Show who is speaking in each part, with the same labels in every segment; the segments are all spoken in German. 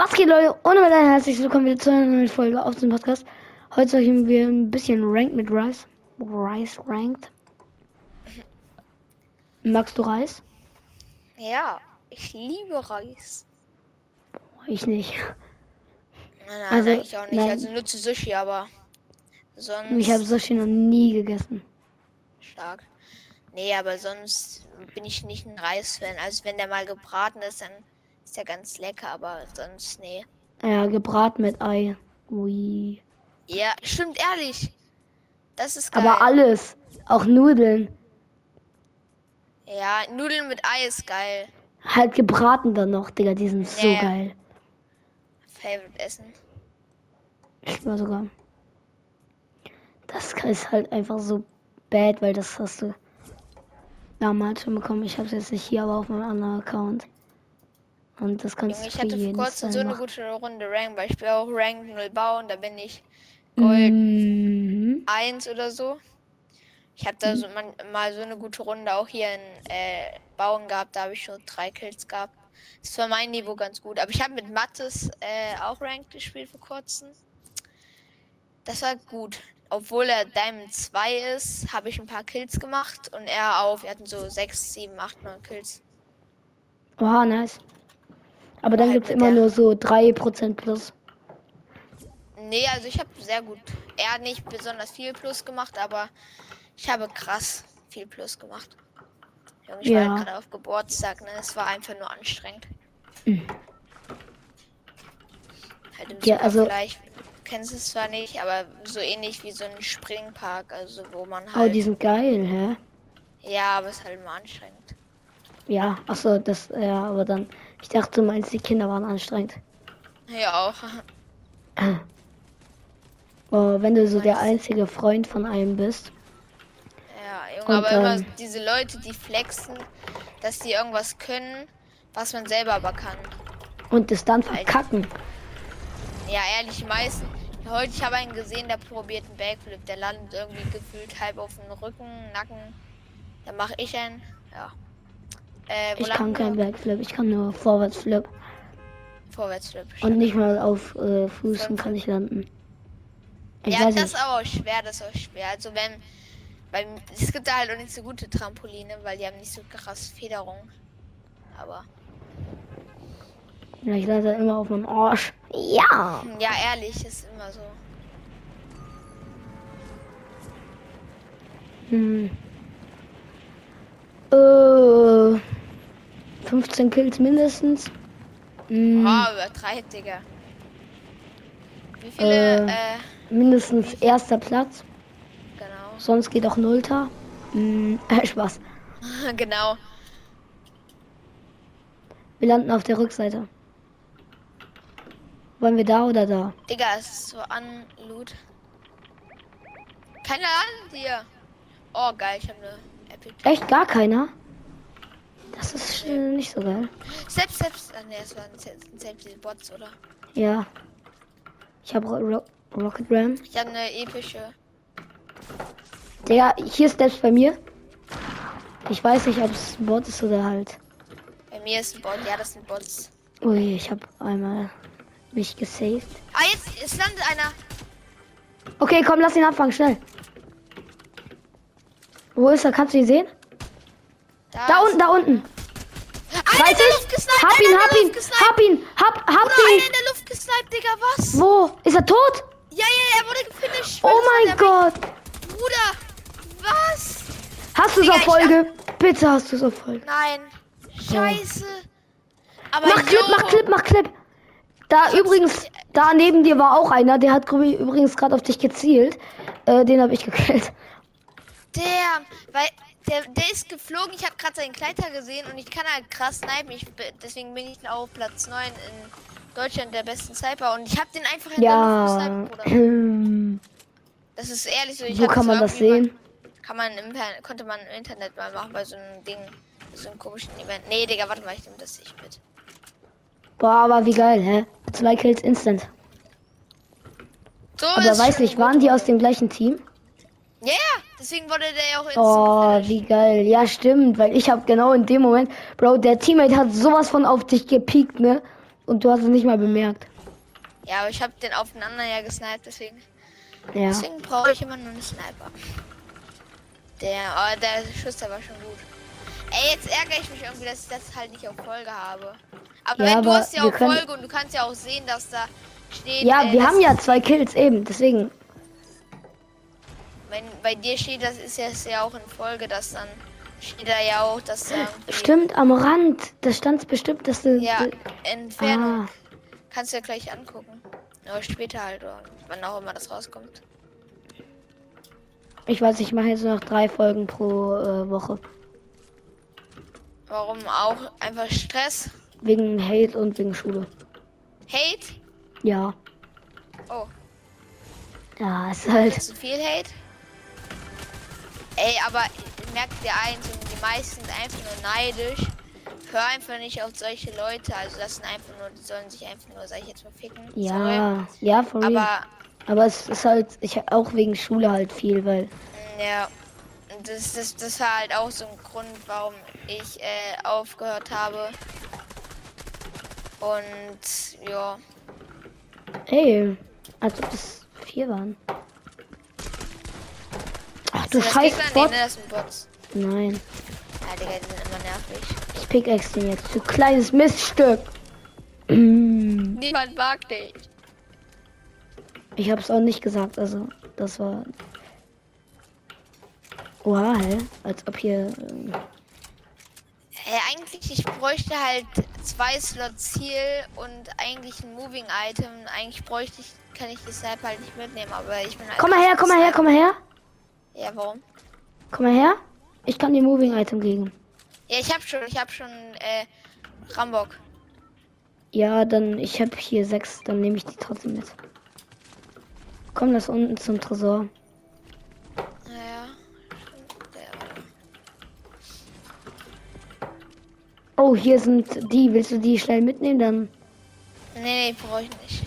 Speaker 1: Was geht, Leute? Und damit ein herzliches Willkommen wieder zu einer neuen Folge auf dem Podcast. Heute machen wir ein bisschen Ranked mit Rice. Rice Ranked. Magst du Reis?
Speaker 2: Ja, ich liebe Reis.
Speaker 1: Ich nicht.
Speaker 2: Nein,
Speaker 1: Also,
Speaker 2: also, ich auch nicht.
Speaker 1: nein.
Speaker 2: Also nur zu Sushi, aber sonst
Speaker 1: Ich habe Sushi noch nie gegessen.
Speaker 2: stark. Nee, aber sonst bin ich nicht ein Reis-Fan. Also wenn der mal gebraten ist, dann ist der ganz lecker, aber sonst nee.
Speaker 1: Ja, gebraten mit Ei. Ui.
Speaker 2: Ja, stimmt, ehrlich. Das ist geil.
Speaker 1: Aber alles. Auch Nudeln.
Speaker 2: ja, Nudeln mit Ei ist geil.
Speaker 1: Halt gebraten dann noch, Digga. Die sind so
Speaker 2: Nee.
Speaker 1: geil.
Speaker 2: Favorite Essen.
Speaker 1: Ich schwör sogar. Das ist halt einfach so bad, weil das hast du damals schon bekommen. Ich hab's jetzt nicht hier, aber auf meinem anderen Account. Und das kannst
Speaker 2: Junge, ich
Speaker 1: du für
Speaker 2: hatte vor
Speaker 1: jeden
Speaker 2: kurzem so
Speaker 1: Style
Speaker 2: eine
Speaker 1: machen.
Speaker 2: gute Runde Rank, weil ich bin auch Rank 0 bauen, da bin ich Gold
Speaker 1: Mhm.
Speaker 2: 1 oder so. Ich habe da so man, mal so eine gute Runde auch hier in äh, Bauen gehabt, da habe ich schon drei Kills gehabt. Ist für mein Niveau ganz gut. Aber ich habe mit Mattes äh, auch Ranked gespielt vor kurzem. Das war gut. Obwohl er Diamond 2 ist, habe ich ein paar Kills gemacht und er auch. Wir hatten so 6, 7, 8, 9 Kills.
Speaker 1: Oha, nice. Aber dann
Speaker 2: Halt
Speaker 1: gibt's
Speaker 2: mit
Speaker 1: immer
Speaker 2: der-
Speaker 1: nur so 3% plus.
Speaker 2: Nee, also ich habe sehr gut. Er hat nicht besonders viel Plus gemacht, aber ich habe krass viel Plus gemacht. Junge, ich
Speaker 1: Ja.
Speaker 2: war halt gerade auf Geburtstag, ne? Es war einfach nur anstrengend. Halt im
Speaker 1: Ja,
Speaker 2: ja,
Speaker 1: also-
Speaker 2: also Du kennst es zwar nicht, aber so ähnlich wie so ein Springpark, also wo man
Speaker 1: Oh,
Speaker 2: halt.
Speaker 1: die sind geil, hä?
Speaker 2: ja, aber es ist halt immer anstrengend.
Speaker 1: Ja, achso, das, ja, aber dann. Ich dachte, du meinst, die Kinder waren anstrengend.
Speaker 2: Ja, auch.
Speaker 1: Oh, wenn du so der
Speaker 2: Nice.
Speaker 1: einzige Freund von einem bist.
Speaker 2: Ja, Junge,
Speaker 1: Und,
Speaker 2: aber immer
Speaker 1: ähm,
Speaker 2: diese Leute, die flexen, dass die irgendwas können, was man selber aber kann.
Speaker 1: Und das dann verkacken.
Speaker 2: Ja, ehrlich, meistens. Heute, ich habe einen gesehen, der probiert einen Backflip. Der landet irgendwie gefühlt halb auf dem Rücken, Nacken. Dann mache ich einen. Ja. Äh, wo
Speaker 1: Ich kann
Speaker 2: landen
Speaker 1: keinen
Speaker 2: wir?
Speaker 1: Backflip, ich kann nur Vorwärtsflip.
Speaker 2: Vorwärtsflip.
Speaker 1: Und nicht mal auf äh, Füßen kann ich landen. Ich
Speaker 2: ja,
Speaker 1: weiß
Speaker 2: das ist
Speaker 1: nicht.
Speaker 2: aber auch schwer, das ist auch schwer. Also, wenn. Beim, es gibt da halt auch nicht so gute Trampoline, weil die haben nicht so krass Federung. Aber.
Speaker 1: Ja, ich lande immer auf meinem Arsch. Ja!
Speaker 2: hm, Ja, ehrlich, ist immer so.
Speaker 1: Hm. Äh, 15 Kills mindestens. Hm,
Speaker 2: Oh, übertreibt, Digga. Wie
Speaker 1: Äh.
Speaker 2: viele. Äh,
Speaker 1: mindestens erster Platz.
Speaker 2: genau.
Speaker 1: Sonst geht auch Nullter. Hm, äh, Spaß.
Speaker 2: genau.
Speaker 1: Wir landen auf der Rückseite. Wollen wir da oder da?
Speaker 2: Digga, es ist so an Loot. Keine Ahnung dir. Oh geil, ich habe eine Epic.
Speaker 1: Echt gar keiner? Das ist äh, nicht so geil.
Speaker 2: Selbst, selbst. Ah ne, es waren selbst diese Bots, oder?
Speaker 1: Ja. Ich habe Ro Rocket Ram.
Speaker 2: Ich habe eine epische.
Speaker 1: Digga, hier ist Steps bei mir. Ich weiß nicht, ob es ein Bot ist oder halt.
Speaker 2: Bei mir ist ein Bot, ja, das sind Bots.
Speaker 1: Ui, ich habe einmal mich gesaved.
Speaker 2: Ah, jetzt es landet einer.
Speaker 1: Okay, komm, lass ihn abfangen, schnell. Wo ist er? Kannst du ihn sehen?
Speaker 2: Da,
Speaker 1: Da
Speaker 2: ist-
Speaker 1: unten, da unten.
Speaker 2: Einer in der Luft gesniped,
Speaker 1: Hab ihn,
Speaker 2: einer
Speaker 1: hab
Speaker 2: in der
Speaker 1: ihn,
Speaker 2: Luft gesniped.
Speaker 1: hab ihn, hab, hab
Speaker 2: Oder einer
Speaker 1: ihn.
Speaker 2: in der Luft gesniped, Digga, was?
Speaker 1: Wo? Ist er tot?
Speaker 2: Ja, ja, er wurde gefinisht.
Speaker 1: Oh
Speaker 2: Das war
Speaker 1: mein
Speaker 2: der
Speaker 1: Gott.
Speaker 2: Bruder. Was?
Speaker 1: Hast du es
Speaker 2: Digga,
Speaker 1: auf
Speaker 2: ich
Speaker 1: Folge? Bitte hast du es auf Folge.
Speaker 2: Nein. Scheiße. Aber
Speaker 1: Mach Clip,
Speaker 2: yo.
Speaker 1: mach Clip, mach Clip. Da übrigens, da neben dir war auch einer, der hat grü- übrigens gerade auf dich gezielt. Äh, den habe ich gekillt.
Speaker 2: Der, weil der, der ist geflogen. Ich habe gerade seinen Kleider gesehen und ich kann halt krass snipen. Ich, bin- deswegen bin ich auf Platz 9 in Deutschland der besten Sniper und ich habe den einfach in der
Speaker 1: Ja.
Speaker 2: Luft gesniped, Bruder.
Speaker 1: ähm,
Speaker 2: Das ist ehrlich so. Ich
Speaker 1: Wo
Speaker 2: hab
Speaker 1: kann
Speaker 2: so
Speaker 1: man das
Speaker 2: irgendwie
Speaker 1: sehen?
Speaker 2: Mal, kann man im, Per- konnte man im Internet mal machen bei so einem Ding, so einem komischen Event. Nee, Digga, warte mal, ich nehme das nicht mit.
Speaker 1: Boah, aber wie geil, hä? Zwei Kills instant.
Speaker 2: So
Speaker 1: Aber
Speaker 2: ist
Speaker 1: weiß
Speaker 2: schon
Speaker 1: nicht,
Speaker 2: gut.
Speaker 1: waren die aus dem gleichen Team?
Speaker 2: Ja, ja, deswegen wurde der ja auch
Speaker 1: Oh,
Speaker 2: instant
Speaker 1: wie geil. Ja, stimmt, weil ich habe genau in dem Moment, Bro, der Teammate hat sowas von auf dich gepiekt, ne? Und du hast es nicht mal bemerkt.
Speaker 2: Ja, aber ich habe den aufeinander ja gesniped, deswegen.
Speaker 1: Ja.
Speaker 2: Deswegen brauche ich immer nur einen Sniper. Der, aber der Schuss, der war schon gut. Ey, jetzt ärgere ich mich irgendwie, dass ich das halt nicht auf Folge habe. Aber
Speaker 1: Ja,
Speaker 2: wenn du
Speaker 1: aber
Speaker 2: hast ja
Speaker 1: wir
Speaker 2: auf
Speaker 1: können-
Speaker 2: Folge und du kannst ja auch sehen, dass da steht.
Speaker 1: Ja,
Speaker 2: äh,
Speaker 1: wir
Speaker 2: dass-
Speaker 1: haben ja zwei Kills eben,
Speaker 2: Hm.
Speaker 1: deswegen.
Speaker 2: Wenn bei dir steht, das ist jetzt ja auch in Folge, dass dann steht da ja auch, dass da irgendwie-
Speaker 1: Stimmt, am Rand. Da stand bestimmt, dass du.
Speaker 2: Ja,
Speaker 1: du-
Speaker 2: Entfernung.
Speaker 1: ah,
Speaker 2: Kannst du ja gleich angucken. Oder später halt, oder wann auch immer das rauskommt.
Speaker 1: ich weiß, ich mache jetzt noch drei Folgen pro äh, Woche.
Speaker 2: Warum auch? Einfach Stress?
Speaker 1: Wegen Hate und wegen Schule.
Speaker 2: Hate?
Speaker 1: Ja.
Speaker 2: Oh,
Speaker 1: Ja, ist halt.
Speaker 2: zu viel Hate? Ey, aber merkt dir eins, und die meisten sind einfach nur neidisch. Hör einfach nicht auf solche Leute. Also das sind einfach nur, die sollen sich einfach nur, sag ich jetzt mal ficken. Sorry.
Speaker 1: Ja, ja, for real.
Speaker 2: Aber
Speaker 1: Aber es ist halt, ich auch wegen Schule halt viel, weil.
Speaker 2: mm, Ja, das, das, das war halt auch so ein Grund, warum ich äh, aufgehört habe. Und ja,
Speaker 1: Ey, als ob es vier waren. Ach du
Speaker 2: Sind das
Speaker 1: scheiß
Speaker 2: Gegner?
Speaker 1: Bot.
Speaker 2: Nee, ne, das sind Bots.
Speaker 1: Nein,
Speaker 2: Ja, Digga, die sind immer nervig.
Speaker 1: ich pickaxe den jetzt. Du kleines Miststück. Mm,
Speaker 2: Niemand mag dich.
Speaker 1: Ich hab's auch nicht gesagt, also das war. Oha, hä? Als ob hier. ähm,
Speaker 2: Äh, eigentlich, ich bräuchte halt zwei Slots Heal und eigentlich ein Moving Item. Eigentlich bräuchte ich, kann ich die Sniper halt nicht mitnehmen, aber ich bin halt.
Speaker 1: Komm mal her, komm mal her, komm mal her.
Speaker 2: Ja, warum?
Speaker 1: Komm mal her. Ich kann dir Moving Item geben.
Speaker 2: Ja, ich hab schon, ich hab schon, äh, Rambock.
Speaker 1: Ja, dann ich hab hier sechs, dann nehme ich die trotzdem mit. Komm, das unten zum Tresor.
Speaker 2: Naja. Ja.
Speaker 1: Oh, hier sind die. Willst du die schnell mitnehmen? Dann.
Speaker 2: Nee, nee, brauche ich nicht.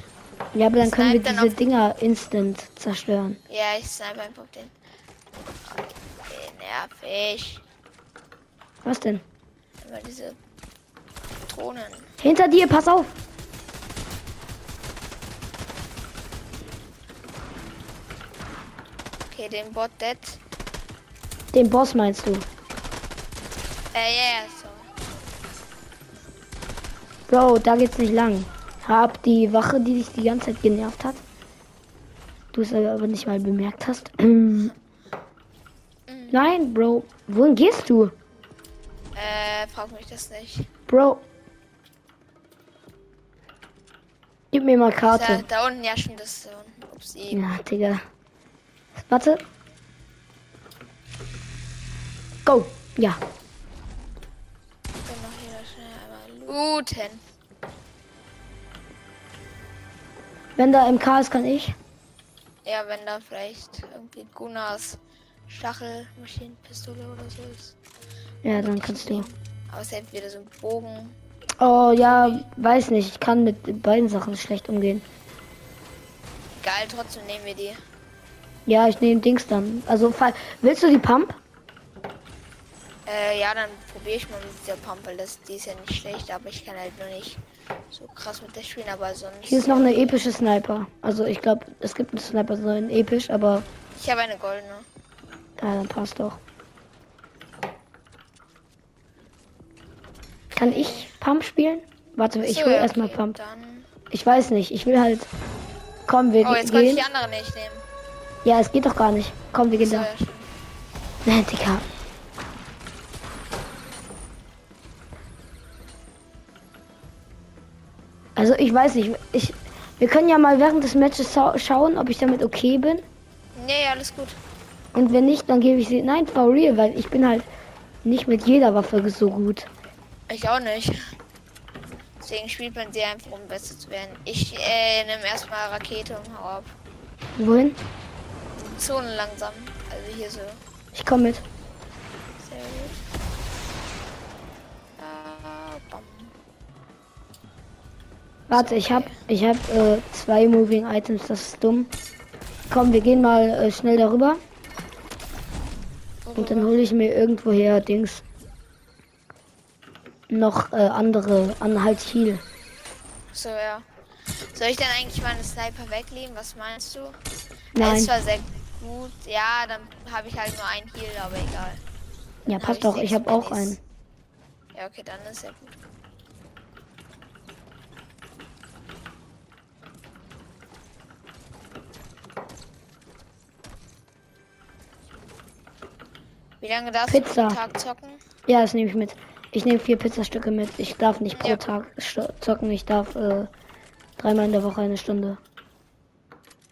Speaker 1: Ja, aber dann können wir
Speaker 2: Snipe dann
Speaker 1: diese
Speaker 2: auf-
Speaker 1: Dinger instant zerstören.
Speaker 2: Ja, ich snipe einfach den. Okay, nervig.
Speaker 1: Was denn?
Speaker 2: Immer diese Drohnen.
Speaker 1: Hinter dir, pass auf!
Speaker 2: Okay, den Bot dead.
Speaker 1: Den Boss meinst du?
Speaker 2: Äh, ja, ja, so.
Speaker 1: Bro, da geht's nicht lang. Hab die Wache, die dich die ganze Zeit genervt hat. Du es aber nicht mal bemerkt hast. Nein, Bro. Wohin gehst du?
Speaker 2: Äh, frag mich das nicht.
Speaker 1: Bro. Gib mir mal
Speaker 2: Da,
Speaker 1: Karte.
Speaker 2: da unten, ja, schon das ist da unten. Ups, eh, eben.
Speaker 1: Ja, Digga. Warte. Go. Ja.
Speaker 2: Ich kann noch hier schnell einmal looten.
Speaker 1: Wenn da MK ist, kann ich.
Speaker 2: Ja, wenn da vielleicht irgendwie Gunnars Stachelmaschinenpistole oder so ist.
Speaker 1: Ja, dann kannst du.
Speaker 2: Aber es hält wieder so ein Bogen.
Speaker 1: Oh ja, weiß nicht. Ich kann mit beiden Sachen schlecht umgehen.
Speaker 2: Geil, trotzdem nehmen wir die.
Speaker 1: Ja, ich nehme Dings dann. Also fall. Willst du die Pump?
Speaker 2: Äh, ja, dann probiere ich mal mit dieser Pump, weil das, die ist ja nicht schlecht, aber ich kann halt nur nicht so krass mit der spielen, aber sonst.
Speaker 1: Hier ist noch eine epische Sniper. Also ich glaube, es gibt einen Sniper, so ein episch, aber
Speaker 2: Ich habe eine goldene.
Speaker 1: ja, dann passt doch. Kann ich Pump spielen? Warte, ich
Speaker 2: Achso,
Speaker 1: will
Speaker 2: ja,
Speaker 1: erstmal
Speaker 2: okay,
Speaker 1: Pump.
Speaker 2: Dann.
Speaker 1: Ich weiß nicht, ich will halt. Komm, wir
Speaker 2: Oh, jetzt konnte ich
Speaker 1: gehen.
Speaker 2: die andere nicht nehmen.
Speaker 1: Ja, es geht doch gar nicht. Komm, wir gehen
Speaker 2: So,
Speaker 1: da.
Speaker 2: ja, stimmt.
Speaker 1: Nein, Digga. Also ich weiß nicht, ich, wir können ja mal während des Matches sau- schauen, ob ich damit okay bin.
Speaker 2: nee, alles gut.
Speaker 1: Und wenn nicht, dann gebe ich sie. Nein, for real, weil ich bin halt nicht mit jeder Waffe so gut.
Speaker 2: Ich auch nicht. Deswegen spielt man sie einfach, um besser zu werden. Ich äh, nehme erstmal Rakete und hau ab.
Speaker 1: Wohin?
Speaker 2: Die Zone langsam. Also hier so.
Speaker 1: Ich komme mit.
Speaker 2: Sehr gut. Ah, bam.
Speaker 1: Warte, ich hab, ich hab äh, zwei Moving Items, das ist dumm. Komm, wir gehen mal äh, schnell darüber. Und dann hole ich mir irgendwoher Dings. Noch äh, andere Anhalt halt Heal.
Speaker 2: So, ja. Soll ich dann eigentlich meine Sniper wegleben? Was meinst du? Er ist
Speaker 1: Nein.
Speaker 2: zwar sehr gut. Ja, dann habe ich halt nur einen Heal, aber egal.
Speaker 1: Ja,
Speaker 2: hab ich
Speaker 1: passt doch.
Speaker 2: sechs
Speaker 1: Ich habe auch
Speaker 2: Minis.
Speaker 1: einen.
Speaker 2: Ja, okay, dann ist ja gut. Wie lange darfst
Speaker 1: Pizza.
Speaker 2: du pro Tag zocken?
Speaker 1: Ja, das nehme ich mit. Ich nehme vier Pizzastücke mit. Ich darf nicht pro
Speaker 2: Ja.
Speaker 1: Tag sto- zocken. Ich darf äh, dreimal in der Woche eine Stunde.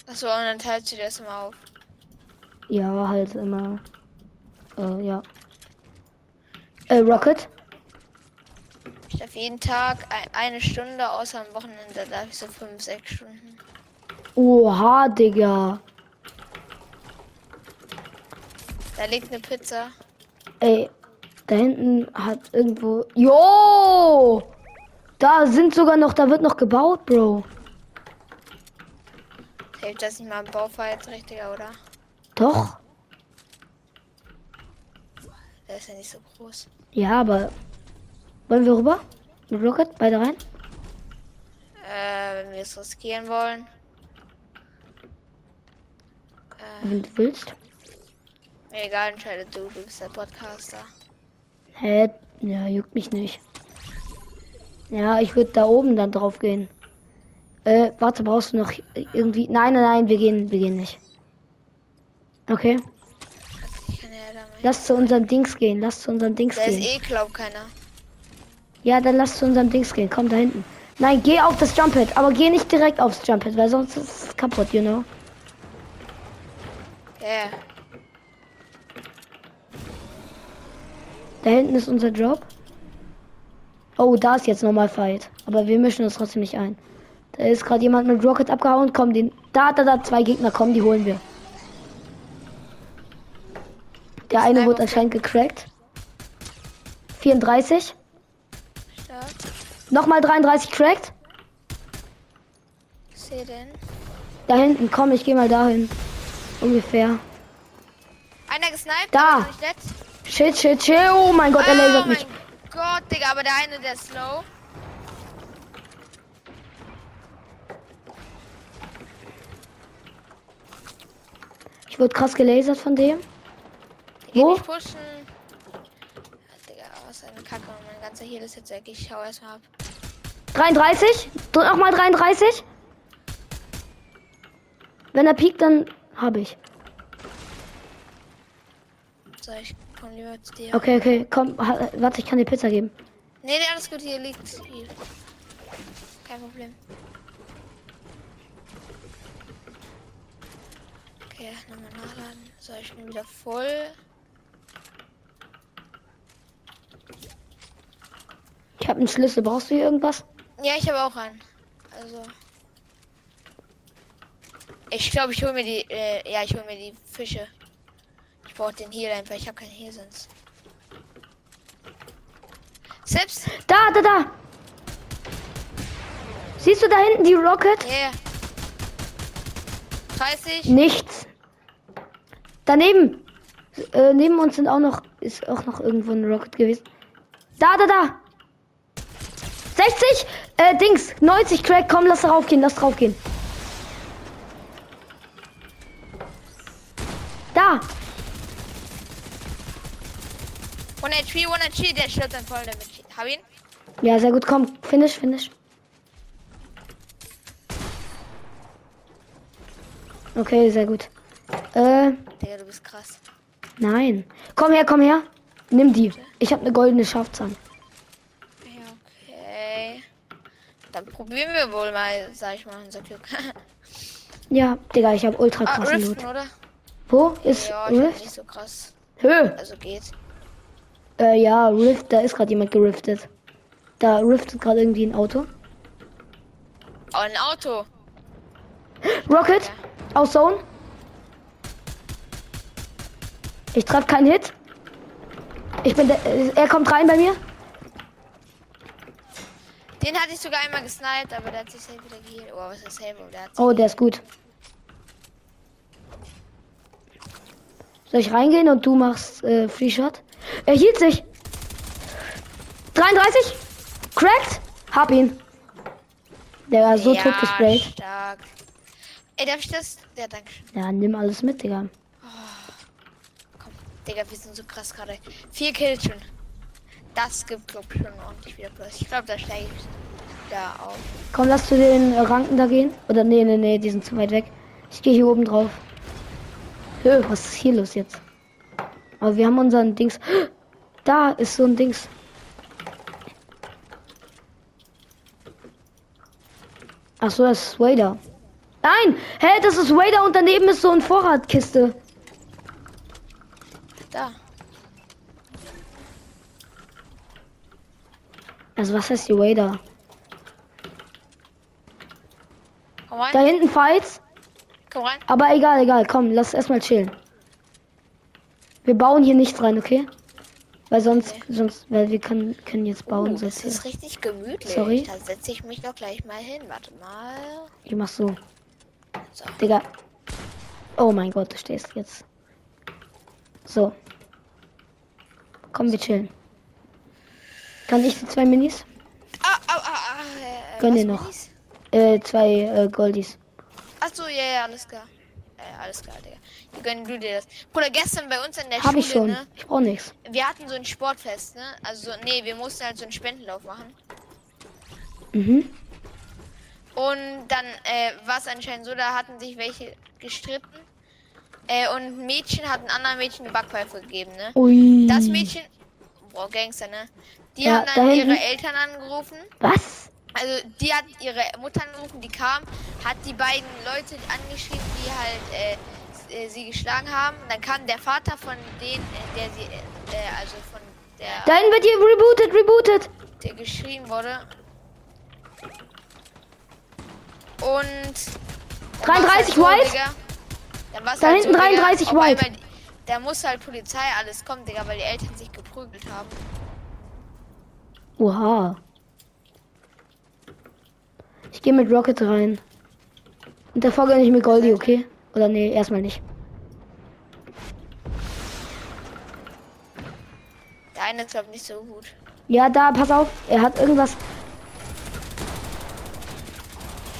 Speaker 2: Achso, und dann teilst du dir das immer auf.
Speaker 1: Ja, halt immer. Äh, ja. Äh, Rocket?
Speaker 2: Ich darf jeden Tag ein, eine Stunde, außer am Wochenende darf ich so fünf, sechs Stunden.
Speaker 1: Oha, Digga.
Speaker 2: Da liegt eine Pizza.
Speaker 1: Ey, da hinten hat irgendwo. Jo! Da sind sogar noch, da wird noch gebaut, Bro.
Speaker 2: Hilft das nicht mal im Baufight richtiger, oder?
Speaker 1: Doch.
Speaker 2: Der ist ja nicht so groß.
Speaker 1: Ja, aber. Wollen wir rüber? Mit Rocket? Beide rein?
Speaker 2: Äh, wenn wir es riskieren wollen. Äh,
Speaker 1: Wenn du willst.
Speaker 2: mir egal, entscheide du, du bist der Podcaster.
Speaker 1: Hä? Ja, juckt mich nicht. Ja, ich würde da oben dann drauf gehen. Äh, warte, brauchst du noch irgendwie. Nein, nein, nein, wir gehen, wir gehen nicht. Okay.
Speaker 2: Ich kann ja damit.
Speaker 1: Lass zu unserem Dings gehen, lass zu unserem Dings
Speaker 2: Da ist
Speaker 1: gehen.
Speaker 2: eh, glaub keiner.
Speaker 1: Ja, dann lass zu unserem Dings gehen. Komm da hinten. Nein, geh auf das Jumppad, aber geh nicht direkt aufs Jumppad, weil sonst ist es kaputt, you know.
Speaker 2: Ja, yeah.
Speaker 1: Da hinten ist unser Job. Oh, da ist jetzt nochmal Fight. Aber wir mischen uns trotzdem nicht ein. Da ist gerade jemand mit Rocket abgehauen. Komm, den. Da, da, da, zwei Gegner kommen, die holen wir. Der eine wurde anscheinend gecrackt. 34.
Speaker 2: stark.
Speaker 1: Nochmal 33 cracked.
Speaker 2: Ich seh den.
Speaker 1: Da hinten, komm, ich geh mal dahin. Ungefähr.
Speaker 2: Einer gesniped,
Speaker 1: Da.
Speaker 2: aber ist noch Nicht nett.
Speaker 1: Shit, shit, shit. Oh mein Gott, er
Speaker 2: oh
Speaker 1: lasert
Speaker 2: mein
Speaker 1: mich.
Speaker 2: Gott, Digga, aber der eine, der ist slow.
Speaker 1: Ich wurde krass gelasert von dem.
Speaker 2: Die gehen
Speaker 1: Wo?
Speaker 2: nicht pushen. Ja, Digga, was eine Kacke. Und mein ganzer Heal ist jetzt weg. Ich schau erstmal ab.
Speaker 1: 33. Drück nochmal 33. Wenn er piekt, dann habe ich.
Speaker 2: So, ich komm lieber zu dir.
Speaker 1: Okay, okay, komm, ha- warte, ich kann dir Pizza geben.
Speaker 2: Nee, nee, alles gut, hier liegt viel. Kein Problem. Okay, nochmal nachladen. So, ich bin wieder voll.
Speaker 1: Ich habe einen Schlüssel. Brauchst du hier irgendwas?
Speaker 2: Ja, ich habe auch einen. Also. Ich glaube, ich hole mir die. Äh, ja, ich hole mir die Fische. Ich brauche den Heal einfach. Ich habe keinen Heal sonst. Selbst.
Speaker 1: Da, da, da. Siehst du da hinten die Rocket?
Speaker 2: Yeah. 30.
Speaker 1: Nichts. Daneben. Äh, neben uns sind auch noch ist auch noch irgendwo ein Rocket gewesen. Da, da, da. 60, äh, Dings, 90, Crack, komm, lass drauf gehen, lass drauf gehen. Da,
Speaker 2: 1 HP, 1 HP. Der schlägt dann voll damit. Hab ihn.
Speaker 1: Ja, sehr gut, komm. Finish, finish. Okay, sehr gut. Äh,
Speaker 2: Digga, du bist krass.
Speaker 1: nein. Komm her, komm her. Nimm die. Ich habe eine goldene Schafzahn.
Speaker 2: Ja, okay. Dann probieren wir wohl mal, sag ich mal, unser Glück.
Speaker 1: Ja, Digga, ich habe ultra
Speaker 2: ah,
Speaker 1: krassen
Speaker 2: Riften,
Speaker 1: Loot.
Speaker 2: oder?
Speaker 1: Wo ist
Speaker 2: ja, ich bin
Speaker 1: Rift?
Speaker 2: nicht so krass.
Speaker 1: Hö.
Speaker 2: Also geht.
Speaker 1: Äh, ja, Rift, da ist gerade jemand geriftet. Da riftet gerade irgendwie ein Auto.
Speaker 2: Oh, ein Auto.
Speaker 1: Rocket, aus Zone. Ich treffe keinen Hit. Ich bin der, äh, er kommt rein bei mir.
Speaker 2: Den hatte ich sogar einmal gesniped, aber der hat sich selber wieder geheilt. Oh, was ist selber? Der hat
Speaker 1: Oh, der ist gut. Soll ich reingehen und du machst äh, Free Shot? Er hielt sich. 33. Cracked. Hab ihn. Der war Also so
Speaker 2: ja,
Speaker 1: tot gesprayt.
Speaker 2: stark. Ey, darf ich das? Ja, danke schön.
Speaker 1: Ja, nimm alles mit, Digga.
Speaker 2: Komm, Digga, wir sind so krass gerade. Vier Kills schon. Das gibt, glaub ich, schon ordentlich wieder Plus. Ich glaube, da steige ich da auf.
Speaker 1: Komm, lass zu den äh, Ranken da gehen. Oder nee, nee, nee, die sind zu weit weg. Ich gehe hier oben drauf. Hö, was ist hier los jetzt? Aber wir haben unseren Dings. Da ist so ein Dings. Ach so, das ist Wader. Nein! Hä, das ist Wader und daneben ist so ein Vorratkiste.
Speaker 2: Da.
Speaker 1: Also was heißt die Wader?
Speaker 2: Komm rein,
Speaker 1: Da hinten Fights.
Speaker 2: komm rein.
Speaker 1: Aber egal, egal, komm, lass erstmal chillen. Wir bauen hier nichts rein, okay? Weil sonst, sonst, weil wir können, können jetzt bauen.
Speaker 2: Uh, das
Speaker 1: sonst,
Speaker 2: ist richtig gemütlich.
Speaker 1: Sorry?
Speaker 2: Da setze ich mich noch gleich mal hin. Warte mal.
Speaker 1: ich mach so.
Speaker 2: So.
Speaker 1: Digga. Oh mein Gott, du stehst jetzt. So. Komm, wir chillen. Kann ich die zwei Minis?
Speaker 2: Ah, ah, ah, ah, äh,
Speaker 1: Gönn
Speaker 2: was
Speaker 1: dir noch.
Speaker 2: Minis?
Speaker 1: Äh, zwei äh, Goldies.
Speaker 2: Ach so, ja, ja, alles klar. Äh, alles klar, Digga. Wie gönnen du dir das? Bruder, gestern bei uns in der
Speaker 1: Hab
Speaker 2: Schule,
Speaker 1: ich schon.
Speaker 2: ne?
Speaker 1: Ich brauch nichts.
Speaker 2: Wir hatten so ein Sportfest, ne? Also, so- nee, wir mussten halt so einen Spendenlauf machen.
Speaker 1: Mhm.
Speaker 2: Und dann äh, war es anscheinend so, da hatten sich welche gestritten. Äh, und ein Mädchen hat einem anderen Mädchen eine Backpfeife gegeben, ne?
Speaker 1: Ui.
Speaker 2: Das Mädchen, boah, Gangster, ne? Die
Speaker 1: Mhm. Ja,
Speaker 2: haben
Speaker 1: da
Speaker 2: dann
Speaker 1: hinten.
Speaker 2: ihre Eltern angerufen.
Speaker 1: Was?
Speaker 2: Also die hat ihre Mutter angerufen, die kam, hat die beiden Leute angeschrieben, die halt äh, s- äh, sie geschlagen haben. Dann kam der Vater von denen, äh, der sie, äh, äh, also von der,
Speaker 1: Da hinten wird hier rebootet, rebootet.
Speaker 2: der geschrien wurde. Und
Speaker 1: 33 White.
Speaker 2: Dann war's
Speaker 1: Da
Speaker 2: halt
Speaker 1: hinten
Speaker 2: so,
Speaker 1: 33
Speaker 2: Digga, auf
Speaker 1: White.
Speaker 2: einmal die- Da muss halt Polizei alles kommen, Digga, weil die Eltern sich geprügelt haben.
Speaker 1: Oha. Ich gehe mit Rocket rein. Und davor gönne ich mir Goldie, okay? Oder nee, erstmal nicht.
Speaker 2: Der eine ist, glaube ich, nicht so gut.
Speaker 1: Ja, da, pass auf. Er hat irgendwas.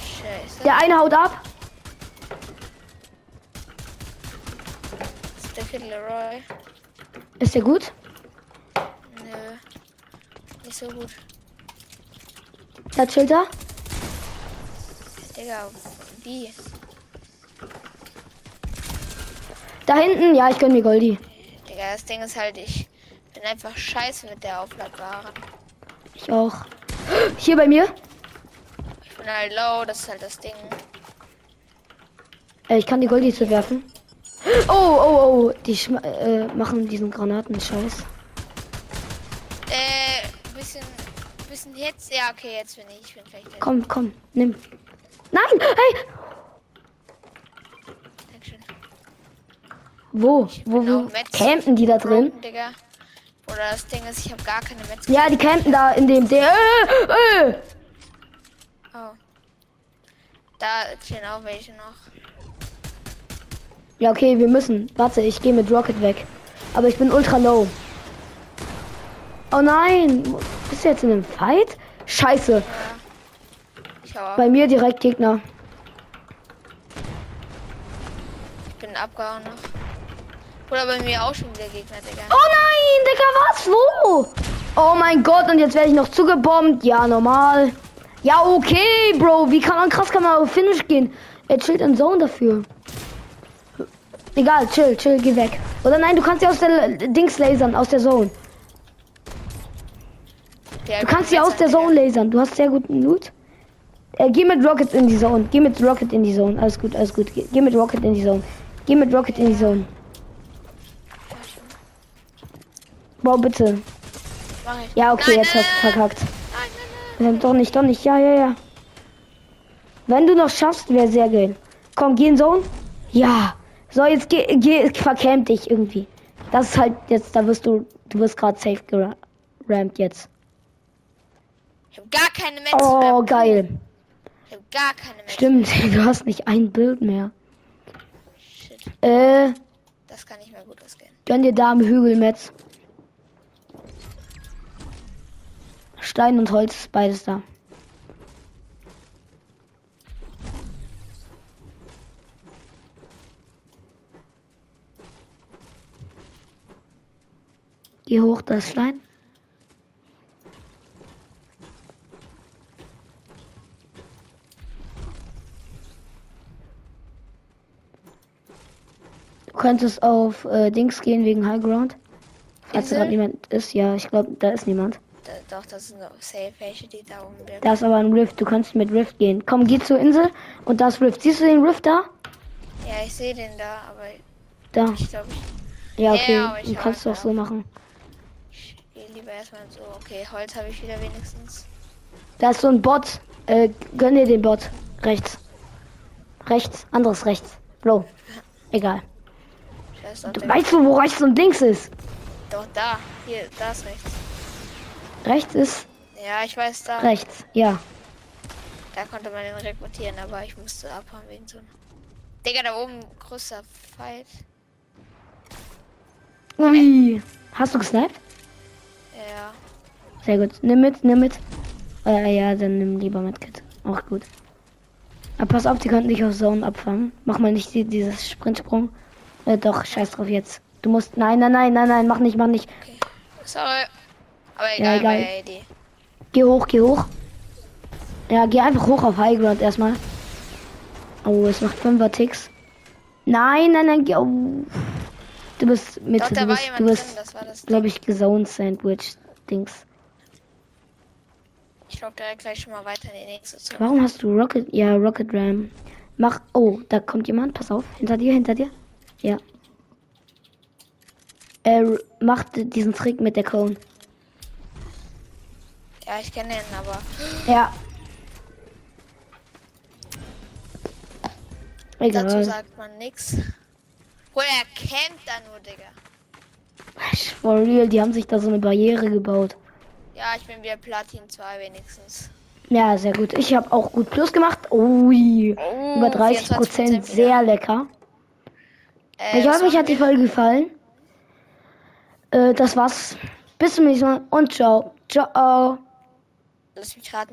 Speaker 2: Scheiße.
Speaker 1: Der eine haut ab.
Speaker 2: Das ist der Kid Leroy.
Speaker 1: Ist der gut?
Speaker 2: Nö. Nicht so gut.
Speaker 1: Da chillt er.
Speaker 2: Digga, wie?
Speaker 1: Da hinten, ja, ich gönne mir Goldie.
Speaker 2: Digga, das Ding ist halt, ich bin einfach scheiße mit der Aufladbare.
Speaker 1: Ich auch. Hier bei mir.
Speaker 2: Ich bin halt low, das ist halt das Ding.
Speaker 1: Äh, ich kann die Goldie zu werfen. Oh, oh, oh. Die schm- äh, machen diesen Granatenscheiß.
Speaker 2: Äh, bisschen, bisschen jetzt. Ja, okay, jetzt bin ich. Ich bin vielleicht. Komm.
Speaker 1: Komm, komm, nimm. Nein, hey.
Speaker 2: Dankeschön.
Speaker 1: Wo? Wo,
Speaker 2: Genau,
Speaker 1: wo?
Speaker 2: Metz.
Speaker 1: Campen die da drin?
Speaker 2: Broken, Digga. Oder das Ding ist, ich habe gar keine Metzger.
Speaker 1: Ja, die campen da in dem. Der, äh, äh.
Speaker 2: Oh. Da stehen auch welche noch.
Speaker 1: Ja, okay, wir müssen. Warte, ich gehe mit Rocket weg. Aber ich bin ultra low. Oh nein! Bist du jetzt in einem Fight? Scheiße.
Speaker 2: Ich hau ab.
Speaker 1: Bei mir direkt Gegner.
Speaker 2: Ich bin abgehauen noch. Oder bei mir auch schon wieder Gegner, Digga.
Speaker 1: Oh nein, Digga, was? Wo? Oh mein Gott, und jetzt werde ich noch zugebombt. Ja, normal. Ja, okay, Bro. Wie kann man krass kann man auf Finish gehen? Er chillt in Zone dafür. Egal, chill, chill, geh weg. Oder nein, du kannst ja aus der L- Dings lasern, aus der Zone.
Speaker 2: Der
Speaker 1: Du kannst sie aus der
Speaker 2: Digga.
Speaker 1: Zone lasern. Du hast sehr guten Loot. Äh, geh mit Rocket in die Zone. Geh mit Rocket in die Zone. Alles gut, alles gut. Geh, geh mit Rocket in die Zone. Geh mit Rocket in die Zone. Wow, bitte.
Speaker 2: Mach ich.
Speaker 1: Ja, okay,
Speaker 2: Nein,
Speaker 1: jetzt hast du
Speaker 2: nein,
Speaker 1: verkackt.
Speaker 2: Nein, nein, nein.
Speaker 1: Ähm, Doch nicht, doch nicht. Ja, ja, ja. Wenn du noch schaffst, wäre sehr geil. Komm, geh in Zone. Ja. So, jetzt geh, geh vercamp dich irgendwie. Das ist halt jetzt, da wirst du, du wirst gerade safe gerammt jetzt.
Speaker 2: Ich hab gar keine Metzger.
Speaker 1: Oh, geil.
Speaker 2: Ich hab gar keine Metzger.
Speaker 1: Stimmt, du hast nicht ein Bild mehr.
Speaker 2: Shit.
Speaker 1: Äh,
Speaker 2: Das kann nicht mehr gut ausgehen.
Speaker 1: gönn dir da am Hügel, Metz. Stein und Holz ist beides da. Geh hoch, das Stein. Du könntest auf äh, Dings gehen wegen High Ground. Falls
Speaker 2: Insel?
Speaker 1: gerade niemand ist, ja, ich glaube, da ist niemand.
Speaker 2: Da, doch, das sind noch safe welche, die da oben sind.
Speaker 1: Da ist aber ein Rift, du kannst mit Rift gehen. Komm, geh zur Insel und da ist Rift. Siehst du den Rift da?
Speaker 2: Ja, ich sehe den da, aber
Speaker 1: Da.
Speaker 2: ich glaube,
Speaker 1: Ja,
Speaker 2: Ja,
Speaker 1: okay.
Speaker 2: aber ich
Speaker 1: du kannst
Speaker 2: hau
Speaker 1: doch so machen.
Speaker 2: ich gehe lieber erstmal so. Okay, Holz habe ich wieder wenigstens.
Speaker 1: Da ist so ein Bot. Äh, gönn dir den Bot. Rechts. Rechts. Anderes rechts. Low. Egal.
Speaker 2: Da ist doch,
Speaker 1: Du,
Speaker 2: der,
Speaker 1: weißt du, wo rechts so ein Dings ist?
Speaker 2: doch da, hier, da ist rechts.
Speaker 1: Rechts ist
Speaker 2: Ja, ich weiß da.
Speaker 1: rechts. Ja.
Speaker 2: Da konnte man den rekrutieren, aber ich musste abhauen wegen so. einem- Digga, da oben großer Fight.
Speaker 1: Ui. Hast du gesniped?
Speaker 2: Ja.
Speaker 1: Sehr gut. Nimm mit, nimm mit. Äh, ja, dann nimm lieber mit, Kit. Auch gut. Aber pass auf, die könnten dich auf Zone abfangen. Mach mal nicht die, dieses Sprintsprung. Äh, doch, scheiß drauf jetzt. Du musst. Nein, nein, nein, nein, nein, mach nicht, mach nicht.
Speaker 2: Sorry. Aber egal,
Speaker 1: egal.
Speaker 2: war ja eh Idee.
Speaker 1: Geh hoch, geh hoch. Ja, geh einfach hoch auf High Ground erstmal. Oh, es macht 5er Ticks. Nein, nein, nein, geh. Oh. Du bist mit,
Speaker 2: Doch,
Speaker 1: du
Speaker 2: da war
Speaker 1: bist,
Speaker 2: jemand
Speaker 1: du
Speaker 2: drin,
Speaker 1: bist,
Speaker 2: das war das.
Speaker 1: glaube ich, gesaunt Sandwich Dings.
Speaker 2: Ich glaube, der gleich schon mal weiter in die nächste Zone.
Speaker 1: Warum hast du Rocket, ja, Rocket Ram? Mach, oh, da kommt jemand, pass auf, hinter dir, hinter dir. Ja. Er macht diesen Trick mit der Cone.
Speaker 2: Ja, ich kenne ihn, aber.
Speaker 1: Ja.
Speaker 2: Dazu
Speaker 1: Egal.
Speaker 2: sagt man nix. Woher er campt da nur, Digga?
Speaker 1: For real, die haben sich da so eine Barriere gebaut.
Speaker 2: Ja, ich bin wieder Platin 2 wenigstens.
Speaker 1: Ja, sehr gut. Ich habe auch gut Plus gemacht. Ui.
Speaker 2: Oh,
Speaker 1: Über 30 Prozent,
Speaker 2: 24%
Speaker 1: sehr lecker.
Speaker 2: Äh,
Speaker 1: ich hoffe,
Speaker 2: was
Speaker 1: euch hat die Folge gefallen. Äh, das war's. Bis zum nächsten Mal und ciao. Ciao.
Speaker 2: Lass mich raten.